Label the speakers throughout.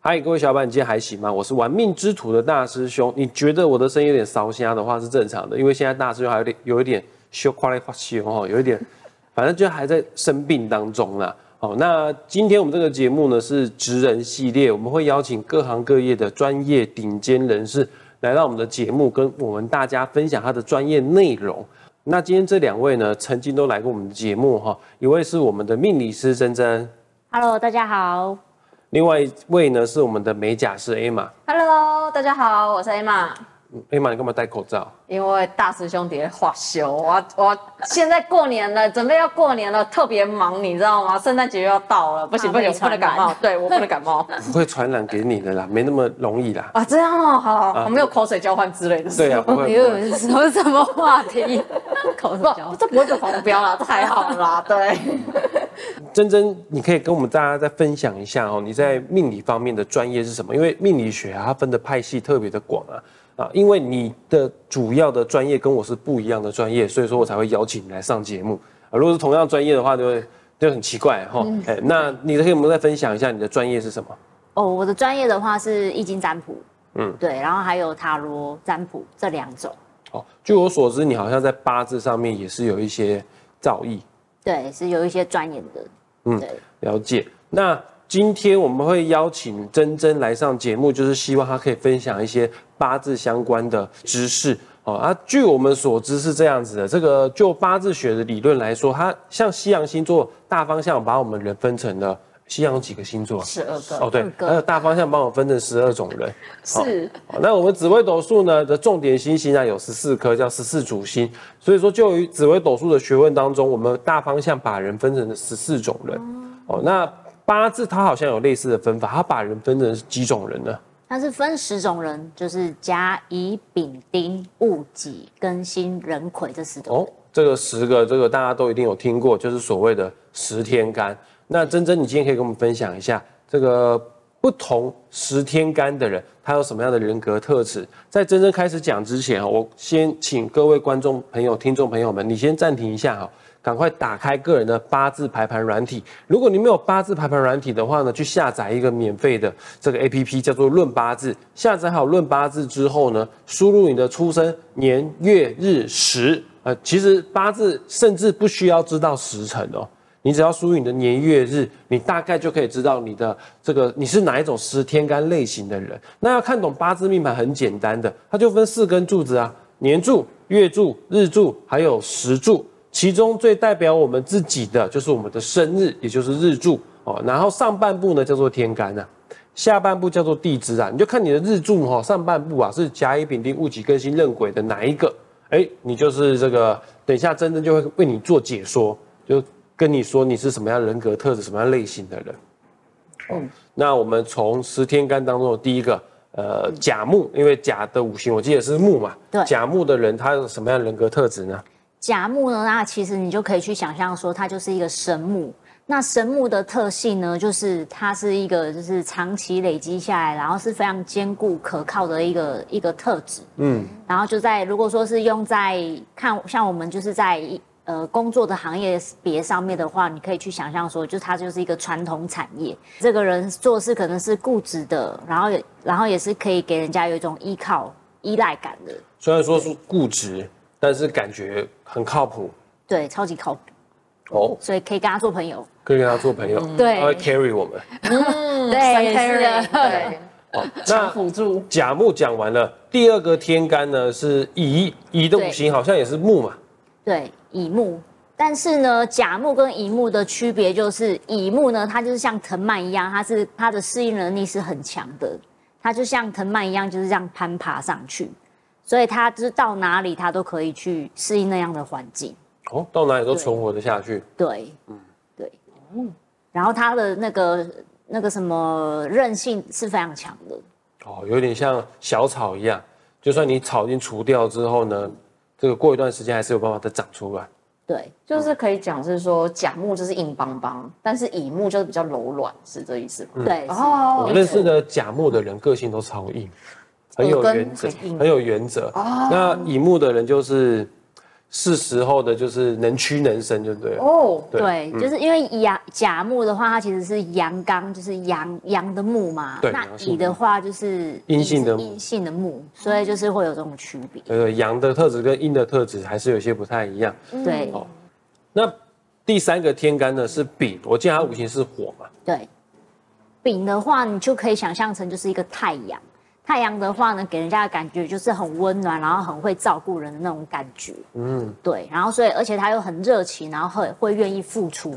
Speaker 1: 嗨，各位小伙伴，你今天还行吗？我是玩命之徒的大师兄。你觉得我的声音有点烧瞎的话是正常的，因为现在大师兄还有点有一点羞夸来夸去哦，有一点， 反正就还在生病当中啦。好，那今天我们这个节目呢是职人系列，我们会邀请各行各业的专业顶尖人士来到我们的节目，跟我们大家分享他的专业内容。那今天这两位呢，曾经都来过我们的节目哈，一位是我们的命理师珍珍，
Speaker 2: Hello，大家好。
Speaker 1: 另外一位呢是我们的美甲师 A 玛。
Speaker 2: Hello，大家好，我是 Emma。
Speaker 1: 哎妈，你干嘛戴口罩？
Speaker 2: 因为大师兄弟在化休，我我现在过年了，准备要过年了，特别忙，你知道吗？圣诞节又要到了，不行不
Speaker 3: 怕被
Speaker 2: 行，我不
Speaker 3: 传
Speaker 2: 能感
Speaker 3: 染
Speaker 2: 冒，对我不能 感冒
Speaker 1: 不会传染给你的啦，没那么容易啦。
Speaker 2: 啊，这样哦，好好，我们有口水交换之类的，
Speaker 1: 对啊，不
Speaker 3: 你
Speaker 1: 会。不
Speaker 3: 又
Speaker 1: 会
Speaker 3: 有什么什么话题？口罩
Speaker 2: 不，这不会被黄标啦，这还好 啦，对。
Speaker 1: 珍珍，你可以跟我们大家再分享一下哦，你在命理方面的专业是什么？因为命理学啊，它分的派系特别的广啊啊，因为你的主要的专业跟我是不一样的专业，所以说我才会邀请你来上节目啊。如果是同样专业的话，就会就很奇怪哈、哦。哎、那你可以跟我们再分享一下你的专业是什么？
Speaker 3: 哦，我的专业的话是易经占卜，嗯，对，然后还有塔罗占卜这两种，
Speaker 1: 哦，据我所知，你好像在八字上面也是有一些造诣。
Speaker 3: 对，是有一些钻研的，
Speaker 1: 嗯
Speaker 3: 对，
Speaker 1: 了解。那今天我们会邀请珍珍来上节目，就是希望她可以分享一些八字相关的知识。哦啊，据我们所知是这样子的，这个就八字学的理论来说，它像西洋星座大方向把我们人分成了西洋有几个星座啊？
Speaker 2: 十二个
Speaker 1: 哦，对
Speaker 3: 二，个
Speaker 1: 还有大方向帮我分成十二种人。
Speaker 2: 是
Speaker 1: 好那我们紫微斗数呢的重点星星啊有十四颗，叫十四主星。所以说，就于紫微斗数的学问当中，我们大方向把人分成了十四种人。哦，那八字它好像有类似的分法，它把人分成几种人呢？
Speaker 3: 它是分十种人，就是甲、乙、丙、丁、戊、己、庚、辛、壬、癸这十种。
Speaker 1: 哦，这个十个，这个大家都一定有听过，就是所谓的十天干。那珍珍，你今天可以跟我们分享一下这个不同十天干的人，他有什么样的人格特质？在珍珍开始讲之前哦，我先请各位观众朋友、听众朋友们，你先暂停一下哈。赶快打开个人的八字排盘软体。如果你没有八字排盘软体的话呢，去下载一个免费的这个 APP，叫做《论八字》。下载好《论八字》之后呢，输入你的出生年月日时。呃，其实八字甚至不需要知道时辰哦，你只要输入你的年月日，你大概就可以知道你的这个你是哪一种十天干类型的人。那要看懂八字命盘很简单的，它就分四根柱子啊，年柱、月柱、日柱，还有时柱。其中最代表我们自己的就是我们的生日，也就是日柱哦。然后上半部呢叫做天干啊，下半部叫做地支啊。你就看你的日柱哈、哦，上半部啊是甲乙丙丁戊己庚辛壬癸的哪一个？哎，你就是这个。等一下，真正就会为你做解说，就跟你说你是什么样人格特质、什么样类型的人。
Speaker 3: 哦
Speaker 1: 那我们从十天干当中的第一个，呃，甲木，因为甲的五行我记得是木嘛，
Speaker 3: 对
Speaker 1: 甲木的人他有什么样的人格特质呢？
Speaker 3: 甲木呢，那其实你就可以去想象说，它就是一个神木。那神木的特性呢，就是它是一个就是长期累积下来，然后是非常坚固可靠的一个一个特质。
Speaker 1: 嗯，
Speaker 3: 然后就在如果说是用在看像我们就是在呃工作的行业别上面的话，你可以去想象说，就它就是一个传统产业，这个人做事可能是固执的，然后也然后也是可以给人家有一种依靠依赖感的，
Speaker 1: 虽然说是固执，但是感觉很靠谱
Speaker 3: 对，超级靠谱，
Speaker 1: 哦，
Speaker 3: 所以可以跟他做朋友。
Speaker 1: 可以跟他做朋友，
Speaker 3: 对
Speaker 1: 他会 carry 我们。
Speaker 3: 对，是 的，
Speaker 2: 嗯对，啊
Speaker 1: 哦，
Speaker 2: 强
Speaker 1: 那
Speaker 2: 辅助
Speaker 1: 甲木讲完了，第二个天干呢是乙，乙的五行好像也是木嘛，
Speaker 3: 对，乙木。但是呢，甲木跟乙木的区别就是，乙木呢，它就是像藤蔓一样，它是它的适应能力是很强的，它就像藤蔓一样，就是这样攀爬上去，所以它就是到哪里它都可以去适应那样的环境。
Speaker 1: 哦，到哪里都存活得下去。
Speaker 3: 对，嗯，对，然后它的那个那个什么韧性是非常强的，
Speaker 1: 哦，有点像小草一样，就算你草已经除掉之后呢，这个过一段时间还是有办法再长出来。
Speaker 3: 对，
Speaker 2: 就是可以讲是说甲木就是硬邦邦，但是乙木就是比较柔软，是这意思吗？
Speaker 3: 对，是
Speaker 2: 哦
Speaker 1: 我认识的甲木的人个性都超硬，很有原则
Speaker 2: 耳根很，硬哦
Speaker 1: 很有原则。那乙木的人就是是时候的，就是能屈能伸，就对了。
Speaker 2: 哦，
Speaker 1: 对嗯
Speaker 3: 对，就是因为阳甲木的话，它其实是阳刚，就是阳阳的木嘛。
Speaker 1: 对
Speaker 3: 那
Speaker 1: 阳性
Speaker 3: 乙的话就是
Speaker 1: 阴性的
Speaker 3: 乙是阴性的木，所以就是会有这种区别。
Speaker 1: 呃，阳的特质跟阴的特质还是有些不太一样。
Speaker 3: 对
Speaker 1: 哦那第三个天干呢是丙，我记得它五行是火嘛，
Speaker 3: 对，丙的话，你就可以想象成就是一个太阳。太阳的话呢，给人家的感觉就是很温暖，然后很会照顾人的那种感觉。嗯，对。然后所以，而且他又很热情，然后会会愿意付出。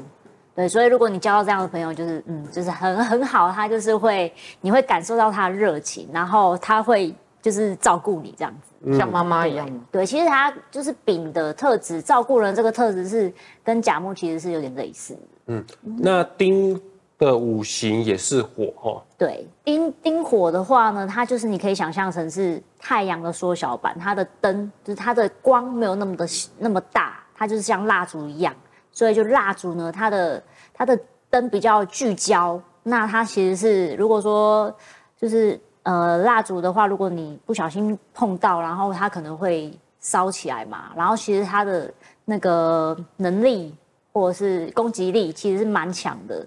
Speaker 3: 对，所以如果你交到这样的朋友，就是嗯，就是很很好，他就是会，你会感受到他的热情，然后他会就是照顾你这样子。
Speaker 1: 嗯
Speaker 2: 像妈妈一样吗？
Speaker 3: 对，其实他就是丙的特质，照顾人这个特质是跟甲木其实是有点类似的。
Speaker 1: 那丁的五行也是火哦，
Speaker 3: 对，丁丁火的话呢，它就是你可以想象成是太阳的缩小版，它的灯就是它的光没有那么的那么大，它就是像蜡烛一样，所以就蜡烛呢，它的它的灯比较聚焦，那它其实是如果说就是呃蜡烛的话，如果你不小心碰到，然后它可能会烧起来嘛，然后其实它的那个能力或者是攻击力其实是蛮强的，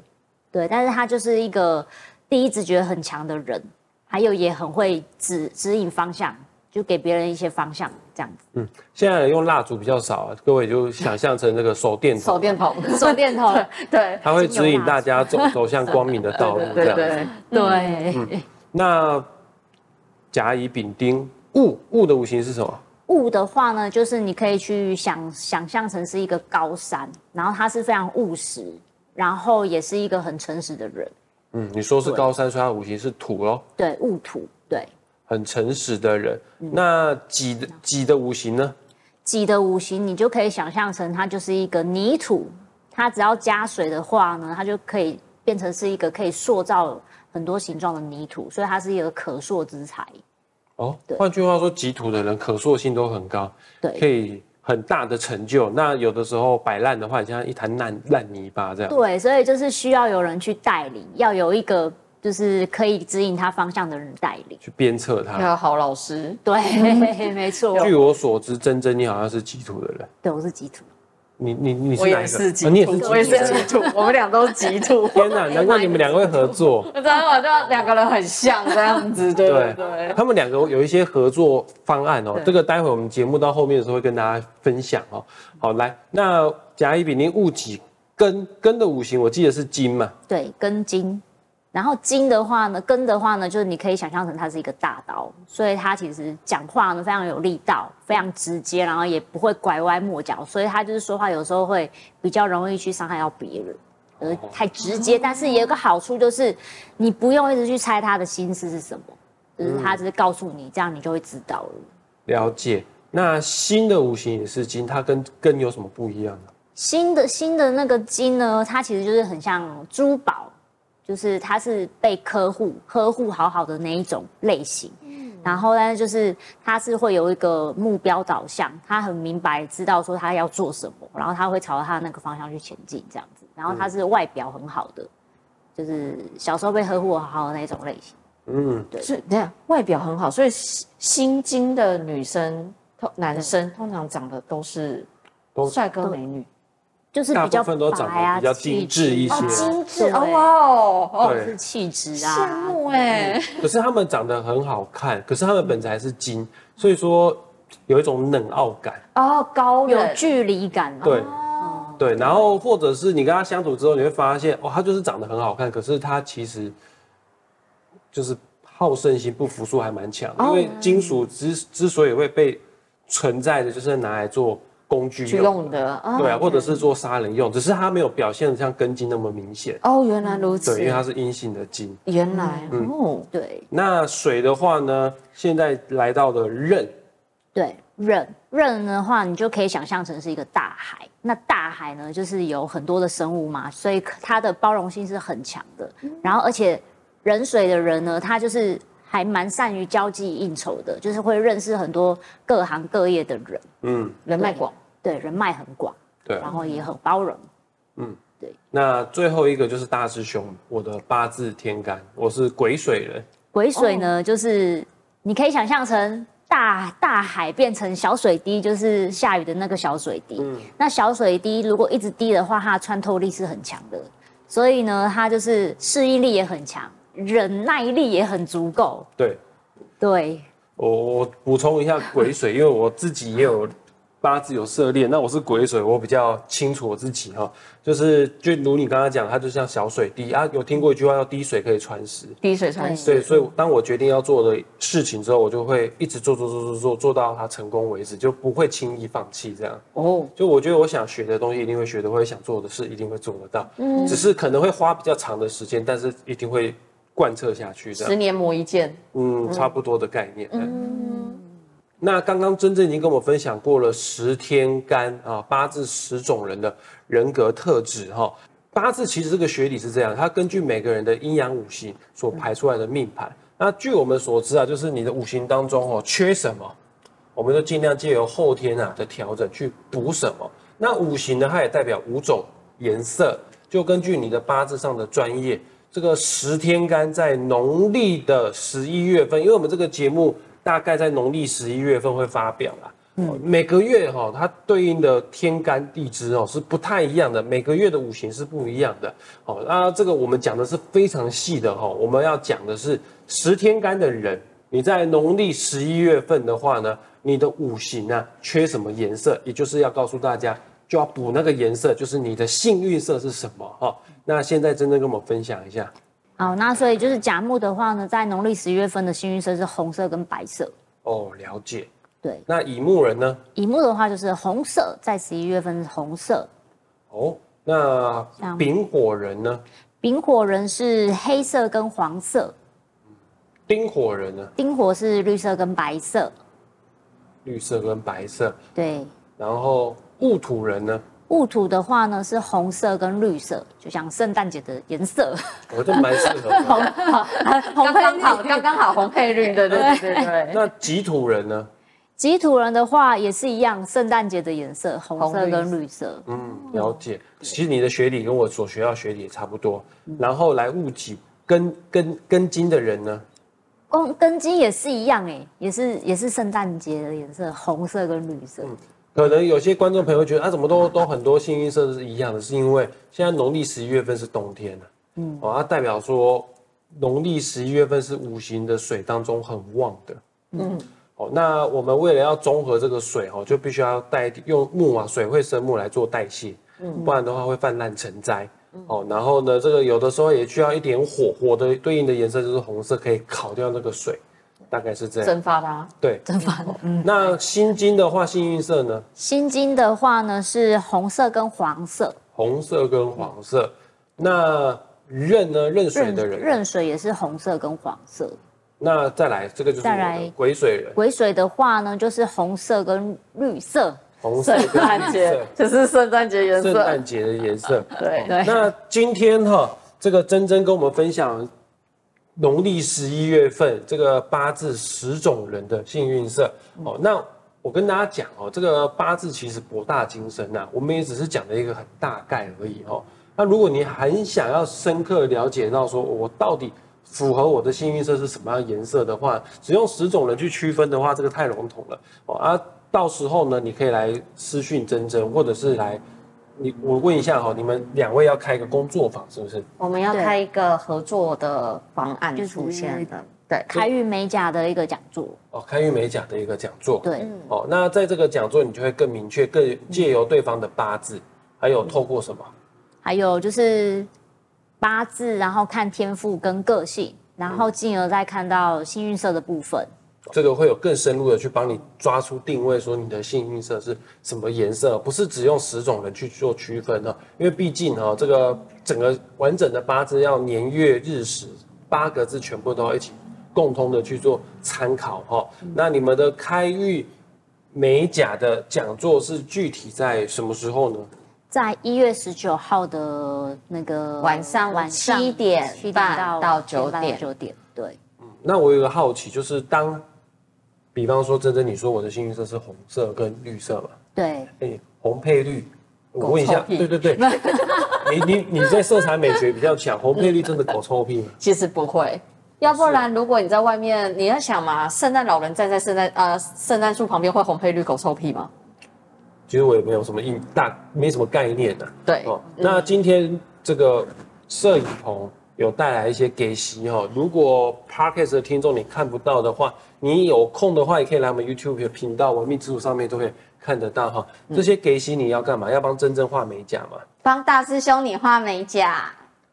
Speaker 3: 对，但是他就是一个第一直觉很强的人，还有也很会指指引方向，就给别人一些方向这样子。
Speaker 1: 现在人用蜡烛比较少啊，各位就想象成那个手电筒
Speaker 2: 手，电筒，
Speaker 3: 手电筒，
Speaker 2: 对
Speaker 1: 它会指引大家走走向光明的道路
Speaker 2: 对
Speaker 1: 这
Speaker 2: 对
Speaker 1: 样。
Speaker 2: 对，
Speaker 3: 对，
Speaker 1: 那甲乙丙丁戊戊的五行是什么？
Speaker 3: 雾的话呢，就是你可以去想想象成是一个高山，然后他是非常务实，然后也是一个很诚实的人，
Speaker 1: 嗯，你说是高山，所以它的五行是土喽，
Speaker 3: 对，雾土，对。
Speaker 1: 很诚实的人。
Speaker 2: 嗯
Speaker 1: 那己的己的五行呢？
Speaker 3: 己的五行，你就可以想象成它就是一个泥土，它只要加水的话呢，它就可以变成是一个可以塑造很多形状的泥土，所以它是一个可塑之材。
Speaker 1: 哦
Speaker 3: 对，
Speaker 1: 换句话说，己土的人可塑性都很高，可
Speaker 3: 对
Speaker 1: 以很大的成就。那有的时候摆烂的话，你像一滩烂烂泥巴这样。
Speaker 3: 对，所以就是需要有人去带领，要有一个就是可以指引他方向的人带领。
Speaker 1: 去鞭策他。
Speaker 2: 要好老师，
Speaker 3: 对， 没错，
Speaker 1: 据我所知，珍珍你好像是己土的人，
Speaker 3: 对，我是己土。
Speaker 1: 你你你是
Speaker 2: 我
Speaker 1: 哪
Speaker 2: 也
Speaker 1: 一个？
Speaker 2: 是极
Speaker 1: 啊你也是
Speaker 2: 兔
Speaker 1: 己土
Speaker 2: 我也是极兔，我们俩都是 极兔。
Speaker 1: 天 哪，难怪你们两个会合作。
Speaker 2: 然后就两个人很像这样子，对对对。
Speaker 1: 他们两个有一些合作方案哦，
Speaker 2: 对
Speaker 1: 这个待会我们节目到后面的时候会跟大家分享哦。好，来，那甲乙丙丁戊己庚庚的五行，我记得是金嘛，
Speaker 3: 对，根茎。然后茎的话呢，根的话呢，就是你可以想象成它是一个大刀，所以它其实讲话呢非常有力道，非常直接，然后也不会拐弯抹角，所以它就是说话有时候会比较容易去伤害到别人，呃，太直接。但是也有个好处就是，你不用一直去猜他的心思是什么，就是他只是告诉你，这样你就会知道了。
Speaker 1: 了解。那辛的五行也是金，它跟庚有什么不一样呢？
Speaker 3: 新的新的那个金呢，它其实就是很像珠宝，就是它是被呵护呵护好好的那一种类型。
Speaker 2: 嗯
Speaker 3: 然后呢，就是它是会有一个目标导向，它很明白知道说它要做什么，然后它会朝它那个方向去前进这样子。然后它是外表很好的，就是小时候被呵护好好的那种类型。
Speaker 1: 嗯，
Speaker 2: 是这样，外表很好，所以心心经的女生、通男生通常长得都是
Speaker 1: 都
Speaker 2: 帅哥美女，
Speaker 3: 就是比较
Speaker 1: 大部分都长得
Speaker 3: 白啊
Speaker 1: 比较精致
Speaker 3: 气
Speaker 1: 一些
Speaker 3: 啊
Speaker 1: 哦精
Speaker 3: 对
Speaker 2: 哦哇哦，哦
Speaker 3: 是
Speaker 1: 对。
Speaker 3: 气质啊，
Speaker 2: 羡慕哎，
Speaker 1: 可是他们长得很好看，可是他们本材是金，所以说有一种冷傲感。
Speaker 2: 哦高
Speaker 3: 有
Speaker 2: 冷，
Speaker 3: 距离感。啊
Speaker 1: 对
Speaker 2: 哦
Speaker 1: 对，然后或者是你跟他相处之后，你会发现哦，他就是长得很好看，可是他其实就是好胜心、不服输还蛮强
Speaker 2: 哦
Speaker 1: 的。因为金属之之所以会被存在的，就是拿来做工具
Speaker 2: 去
Speaker 1: 用，
Speaker 2: 用的啊
Speaker 1: 对啊，或者是做杀人用，只是他没有表现的像根茎那么明显。
Speaker 2: 哦，原来如
Speaker 1: 对，
Speaker 2: 此
Speaker 1: 因为，它是嗯阴性的金。
Speaker 2: 原来哦，
Speaker 3: 对，
Speaker 1: 那水的话呢，现在来到了壬，
Speaker 3: 对，壬壬的话，你就可以想象成是一个大海。那大海呢，就是有很多的生物嘛，所以可它的包容性是很强的。然后，而且壬水的人呢，他就是还蛮善于交际应酬的，就是会认识很多各行各业的人，
Speaker 1: 嗯，
Speaker 2: 人脉广，
Speaker 3: 对，人脉很广，
Speaker 1: 对啊
Speaker 3: 然后也很包容。
Speaker 1: 那最后一个就是大师兄，我的八字天干，我是癸水人，
Speaker 3: 癸水呢，就是你可以想象成大大海变成小水滴，就是下雨的那个小水滴。那小水滴如果一直滴的话，它的穿透力是很强的，所以呢，它就是适应力也很强，忍耐力也很足够。
Speaker 1: 对，
Speaker 3: 对，
Speaker 1: 我我补充一下癸水，因为我自己也有八字有涉猎，那我是癸水，我比较清楚我自己哈、就是就如你刚刚讲，它就像小水滴啊，有听过一句话叫滴水可以穿石，
Speaker 2: 滴水穿石。
Speaker 1: 对，所以当我决定要做的事情之后，我就会一直做做做做做做到它成功为止，就不会轻易放弃这样。
Speaker 2: 哦，
Speaker 1: 就我觉得我想学的东西一定会学得会，想做的事一定会做得到，只是可能会花比较长的时间，但是一定会贯彻下去这
Speaker 2: 十
Speaker 1: 样。
Speaker 2: 年磨一剑。
Speaker 1: 嗯，差不多的概念。嗯。那刚刚真正已经跟我分享过了十天干啊，八字十种人的人格特质哈、八字其实这个学理是这样，它根据每个人的阴阳五行所排出来的命盘。那据我们所知啊，就是你的五行当中哦缺什么，我们就尽量借由后天啊的调整去补什么。那五行呢，它也代表五种颜色，就根据你的八字上的专业，这个十天干在农历的十一月份，因为我们这个节目大概在农历十一月份会发表啦。哦每个月哈、它对应的天干地支哦是不太一样的，每个月的五行是不一样的。哦，那这个我们讲的是非常细的哈、我们要讲的是十天干的人，你在农历十一月份的话呢，你的五行啊缺什么颜色，也就是要告诉大家，就要补那个颜色，就是你的幸运色是什么哈、那现在真正跟我们分享一下，
Speaker 3: 好，那所以就是甲木的话呢，在农历十月份的幸运色是红色跟白色。
Speaker 1: 哦，了解。
Speaker 3: 对，
Speaker 1: 那乙木人呢？
Speaker 3: 乙木的话就是红色，在十一月份是红色。
Speaker 1: 哦，那
Speaker 3: 像
Speaker 1: 丙火人呢？
Speaker 3: 丙火人是黑色跟黄色，
Speaker 1: 丁火人呢？
Speaker 3: 丁火是绿色跟白色。
Speaker 1: 绿色跟白色，
Speaker 3: 对，
Speaker 1: 然后戊土人呢？
Speaker 3: 戊土的话呢是红色跟绿色，就像圣诞节的颜色，
Speaker 1: 我就哦蛮适合的。
Speaker 3: 红红
Speaker 2: 刚刚
Speaker 3: 配
Speaker 2: 好，
Speaker 3: 绿。
Speaker 2: 刚刚好，红配绿，对对对对对。
Speaker 1: 那己土人呢？
Speaker 3: 己土人的话也是一样，圣诞节的颜色，红色跟绿色。
Speaker 1: 嗯，了解。其实你的学理跟我所学到学理也差不多。然后来戊己跟跟跟金的人呢？
Speaker 3: 根根基也是一样哎，也是也是圣诞节的颜色，红色跟绿色。
Speaker 1: 可能有些观众朋友觉得啊，怎么都都很多幸运色是一样的，是因为现在农历十一月份是冬天啊，嗯，哦，它代表说农历十一月份是五行的水当中很旺的，嗯，哦，那我们为了要中和这个水哦，就必须要代替用木啊，水会生木来做代谢，嗯，不然的话会泛滥成灾。哦，然后呢，这个有的时候也需要一点火，火的对应的颜色就是红色，可以烤掉那个水，大概是这样。
Speaker 2: 蒸发它，
Speaker 1: 对，蒸发。那心经的话，幸运色呢？
Speaker 3: 心经的话呢是红色跟黄色，
Speaker 1: 红色跟黄色。那壬呢？壬水的人。
Speaker 3: 壬水也是红色跟黄色。
Speaker 1: 那再来，这个就是我
Speaker 3: 再来
Speaker 1: 的癸水人，
Speaker 3: 癸水的话呢就是红色跟绿色。
Speaker 1: 红色
Speaker 2: 圣
Speaker 1: 跟
Speaker 2: 诞
Speaker 1: 绿
Speaker 2: 节
Speaker 1: 色，
Speaker 2: 就是圣诞节颜
Speaker 1: 圣
Speaker 2: 色
Speaker 1: 诞，节的颜色。
Speaker 2: 对对。
Speaker 1: 那今天哈，这个珍珍跟我们分享农历十一月份这个八字十种人的幸运色哦。那我跟大家讲哦，这个八字其实博大精深呐、我们也只是讲了一个很大概而已哦。那如果你很想要深刻了解到说我到底符合我的幸运色是什么样颜色的话，只用十种人去区分的话，这个太笼统了哦啊。到时候呢，你可以来私讯珍珍，或者是来你我问一下哈，你们两位要开一个工作坊是不是？
Speaker 2: 我们要
Speaker 3: 对
Speaker 2: 开一个合作的方案
Speaker 3: 就是
Speaker 2: 出现的，对，
Speaker 3: 开运美甲的一个讲座。
Speaker 1: 哦，开运美甲的一个讲座。
Speaker 3: 对，
Speaker 1: 哦，那在这个讲座，你就会更明确，更借由对方的八字，还有透过什么？
Speaker 3: 还有就是八字，然后看天赋跟个性，然后进而再看到幸运色的部分。
Speaker 1: 这个会有更深入的去帮你抓出定位，说你的幸运色是什么颜色，不是只用十种人去做区分啊，因为毕竟哈、这个整个完整的八字要年月日时八个字全部都要一起共通的去做参考哈、那你们的开运美甲的讲座是具体在什么时候呢？
Speaker 3: 在一月十九号的那个
Speaker 2: 晚上7点半
Speaker 3: 7
Speaker 2: 到
Speaker 3: 9
Speaker 2: 9点
Speaker 3: 九点，对，
Speaker 1: 那我有个好奇，就是当，比方说珍珍，你说我的幸运色是红色跟绿色嘛？
Speaker 3: 对，
Speaker 1: 哎、红配绿，我问一下，
Speaker 2: 狗臭屁
Speaker 1: 对对 对，你你你在色彩美学比较强，红配绿真的狗臭屁吗？
Speaker 2: 其实不会，要不然如果你在外面，你要想嘛，圣诞老人站在圣诞呃圣诞树旁边会红配绿狗臭屁吗？
Speaker 1: 其实我也没有什么印大，没什么概念的、
Speaker 2: 对，嗯
Speaker 1: 哦，那今天这个摄影棚有带来一些给息哦。如果 Parkes 的听众你看不到的话，你有空的话也可以来我们 YouTube 的频道文秘之主上面都可以看得到哈、
Speaker 2: 嗯
Speaker 1: 这些给息你要干嘛？要帮珍珍画美甲嘛？
Speaker 2: 帮大师兄你画美甲，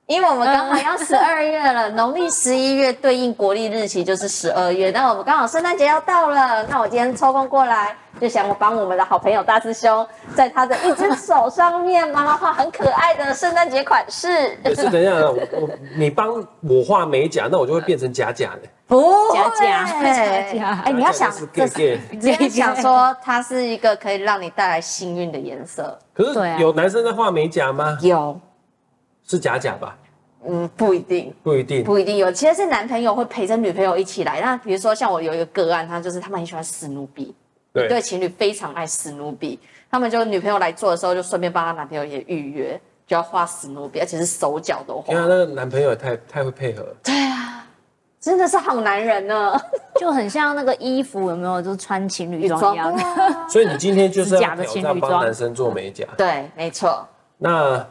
Speaker 2: 因为我们刚好要十二月了，农历十一月对应国历日期就是十二月，那我们刚好圣诞节要到了，那我今天抽空过来，就想我帮我们的好朋友大师兄，在他的一只手上面，妈妈画很可爱的圣诞节款式，
Speaker 1: 可是等一下，我我你帮我画美甲，那我就会变成假假的。
Speaker 2: 不会
Speaker 3: 假假假假
Speaker 2: 哎，你要想
Speaker 1: 假假是 gay
Speaker 2: 这
Speaker 1: gay
Speaker 2: 是。你要想说，它是一个可以让你带来幸运的颜色。
Speaker 1: 可
Speaker 3: 对啊
Speaker 1: 是有男生在画美甲吗？
Speaker 2: 有，
Speaker 1: 是假假吧？
Speaker 2: 嗯，不一定。
Speaker 1: 不一定。
Speaker 2: 不一定有，其实是男朋友会陪着女朋友一起来。那比如说像我有一个个案，他就是他们很喜欢史努比，一对
Speaker 1: 对，
Speaker 2: 情侣非常爱史努比，他们就女朋友来做的时候，就顺便帮她男朋友也预约，就要画史努比，而且是手脚都画
Speaker 1: 天啊，，那个男朋友也太太会配合了。
Speaker 2: 真的是好男人呢。
Speaker 3: 就很像那个衣服有没有，就穿情侣装一样。
Speaker 1: 所以你今天就是要
Speaker 3: 是假的
Speaker 1: 挑
Speaker 3: 情
Speaker 1: 战
Speaker 3: 侣
Speaker 1: 帮
Speaker 3: 装
Speaker 1: 男生做美甲。
Speaker 2: 对，没错，
Speaker 1: 那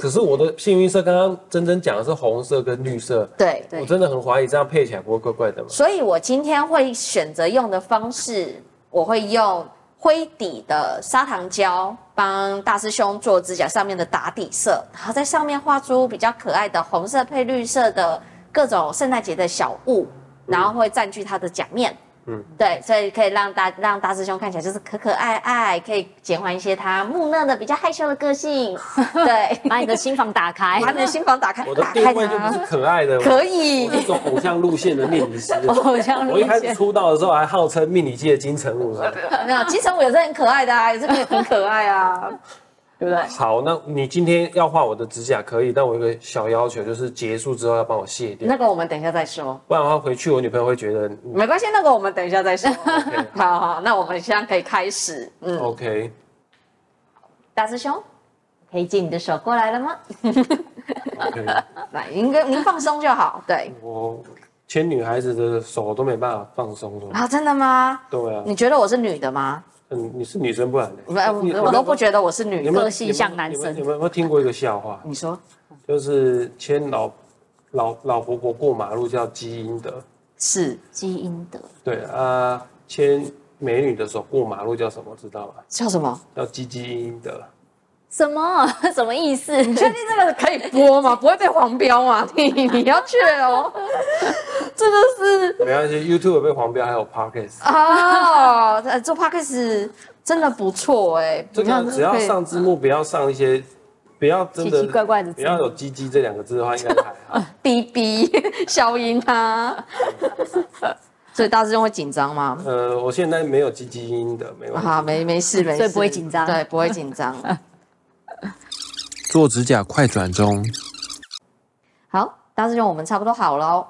Speaker 1: 可是我的幸运色，刚刚珍珍讲的是红色跟绿色，
Speaker 2: 对
Speaker 1: 我
Speaker 2: 对。
Speaker 1: 真的很怀疑这样配起来不会怪怪的吗？
Speaker 2: 所以我今天会选择用的方式，我会用灰底的砂糖胶帮大师兄做指甲上面的打底色，然后在上面画出比较可爱的红色配绿色的各种圣诞节的小物，然后会占据它的甲面。
Speaker 1: 嗯
Speaker 2: 嗯，对，所以可以让大让大师兄看起来就是可可爱爱，可以减缓一些他木讷的、比较害羞的个性。 对，
Speaker 3: 把你的心房打开，
Speaker 2: 把你的心房打开，
Speaker 1: 我的
Speaker 2: 打
Speaker 1: 定
Speaker 2: 开
Speaker 1: 位就不
Speaker 2: 它
Speaker 1: 是可爱的，
Speaker 2: 可以
Speaker 1: 我。是走偶像路线的命理师。
Speaker 3: 偶像路
Speaker 1: 我一开始
Speaker 3: 线
Speaker 1: 出道的时候还号称命理界的金城武。是吧
Speaker 2: 啊没有，金城武也是很可爱的啊，也是很可爱啊，对不对？
Speaker 1: 好，那你今天要画我的指甲可以，但我有一个小要求，就是结束之后要帮我卸掉，
Speaker 2: 那个我们等一下再说，
Speaker 1: 不然的话回去我女朋友会觉得嗯
Speaker 2: 没关系，那个我们等一下再 说。
Speaker 1: OK
Speaker 2: 好好，那我们现在可以开始。嗯，
Speaker 1: OK。
Speaker 2: 大师兄，可以借你的手过来了吗？
Speaker 1: OK，
Speaker 2: 来，您跟您放松就好。对
Speaker 1: 我牵女孩子的手都没办法放松了。
Speaker 2: 啊，真的吗？
Speaker 1: 对啊，
Speaker 2: 你觉得我是女的吗？哎
Speaker 1: 嗯，你是女生不然呢？
Speaker 2: 我我我都不觉得我是女
Speaker 1: 有
Speaker 2: 的。
Speaker 1: 没有
Speaker 3: 个性像男生
Speaker 1: 有没有有没有有没有听过一个笑话？
Speaker 2: 你说
Speaker 1: 就是牵老老老婆婆过马路叫基因的，
Speaker 2: 是
Speaker 3: 基因的
Speaker 1: 对啊，牵美女的手过马路叫什么？知道吗？
Speaker 2: 叫什么？
Speaker 1: 叫基基因的。
Speaker 3: 什么 什么意思？
Speaker 2: 确定这个可以播吗？不会被黄标吗？ 你你要去哦，真的是。
Speaker 1: 没关系，YouTube 被黄标，还有 Pockets，
Speaker 2: 哦，呃做 podcast 真的不错哎、
Speaker 1: 这
Speaker 2: 你看
Speaker 1: 个只要
Speaker 2: 可以
Speaker 1: 上字幕，不要上一些，不要真的
Speaker 3: 奇奇怪怪的字
Speaker 1: 不要有“鸡鸡”这两个字的话，应该还好。
Speaker 2: 哔 哔消音啊， 所以大师兄会紧张吗？
Speaker 1: 呃，我现在没有“鸡鸡音”的，没有。
Speaker 2: 啊，没没事没事，
Speaker 3: 所以不会紧张
Speaker 2: 对，不会紧张。
Speaker 1: 做指甲快转中，
Speaker 2: 好，大师兄，我们差不多好了哦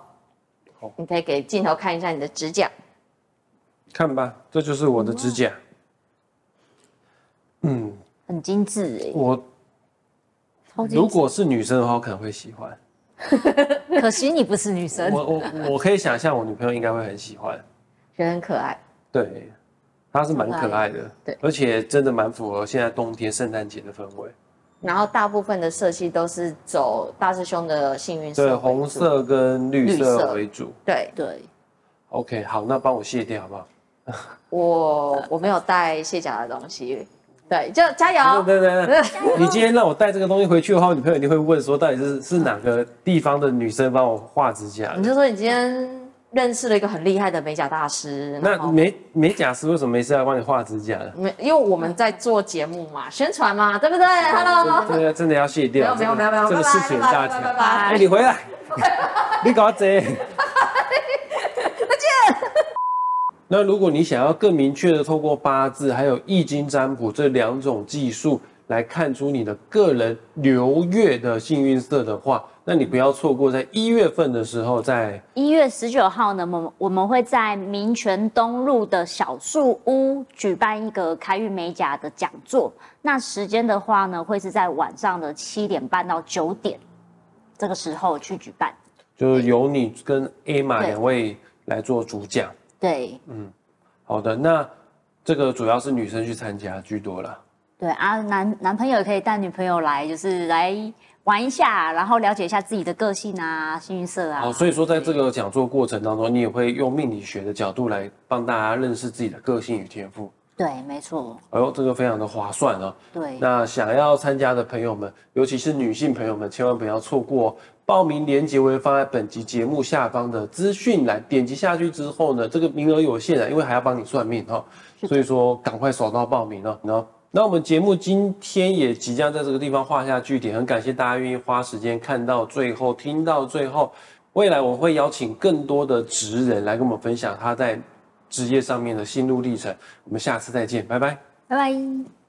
Speaker 1: 好，
Speaker 2: 你可以给镜头看一下你的指甲，
Speaker 1: 看吧，这就是我的指甲。嗯，
Speaker 3: 很精致哎、
Speaker 1: 我
Speaker 3: 超精
Speaker 1: 如
Speaker 3: 致。
Speaker 1: 果是女生的话，我可能会喜欢。
Speaker 3: 可惜你不是女生，
Speaker 1: 我我我可以想象，我女朋友应该会很喜欢。
Speaker 2: 觉得很可爱。
Speaker 1: 对，她是蛮可爱的，
Speaker 2: 对
Speaker 1: 而且真的蛮符合现在冬天圣诞节的氛围。
Speaker 2: 然后大部分的色系都是走大师兄的幸运色，
Speaker 1: 对，红，色跟绿
Speaker 2: 绿色
Speaker 1: 色为主。
Speaker 2: 对
Speaker 3: 对，
Speaker 1: OK，好，那帮我卸掉好不好？
Speaker 2: 我我没有带卸甲的东西，对，就加油。
Speaker 1: 对对对，你今天让我带这个东西回去的话，我女朋友一定会问说，到底是是哪个地方的女生帮我画指甲的？
Speaker 2: 你就说你今天认识了一个很厉害的美甲大师，然
Speaker 1: 那
Speaker 2: 后
Speaker 1: 美美甲师为什么没事要帮你画指甲呢？
Speaker 2: 没因为我们在做节目嘛，宣传嘛，对不啊对？Hello，
Speaker 1: 这个真的要卸掉，
Speaker 2: 哦没有没有没有没
Speaker 1: 这个
Speaker 2: 有拜拜
Speaker 1: 事情很大
Speaker 2: 拜拜拜
Speaker 1: 条。
Speaker 2: 拜
Speaker 1: 哎，你回来，你搞贼。那如果你想要更明确的透过八字还有易经占卜这两种技术来看出你的个人流月的幸运色的话，那你不要错过在一月份的时候在
Speaker 3: 一月十九号呢，我们我们会在民权东路的小树屋举办一个开运美甲的讲座。那时间的话呢，会是在晚上的七点半到九点，这个时候去举办。
Speaker 1: 就是由你跟 A 玛
Speaker 3: 对
Speaker 1: 两位来做主讲。
Speaker 3: 对
Speaker 1: 好的，那这个主要是女生去参加居多啦。
Speaker 3: 对啊，男男朋友也可以带女朋友来，就是来玩一下，然后了解一下自己的个性啊、幸运色啊。
Speaker 1: 好，哦所以说在这个讲座过程当中，你也会用命理学的角度来帮大家认识自己的个性与天赋。
Speaker 3: 对，没错，
Speaker 1: 哎呦，这个非常的划算啊！
Speaker 3: 对，
Speaker 1: 那想要参加的朋友们，尤其是女性朋友们，千万不要错过哦、报名链接会放在本集节目下方的资讯栏，点击下去之后呢，这个名额有限啊，因为还要帮你算命哈、所以说赶快手到报名哦。那那我们节目今天也即将在这个地方画下句点，很感谢大家愿意花时间看到最后，听到最后。未来我会邀请更多的职人来跟我们分享他在职业上面的心路历程。我们下次再见，拜拜。
Speaker 3: 拜拜。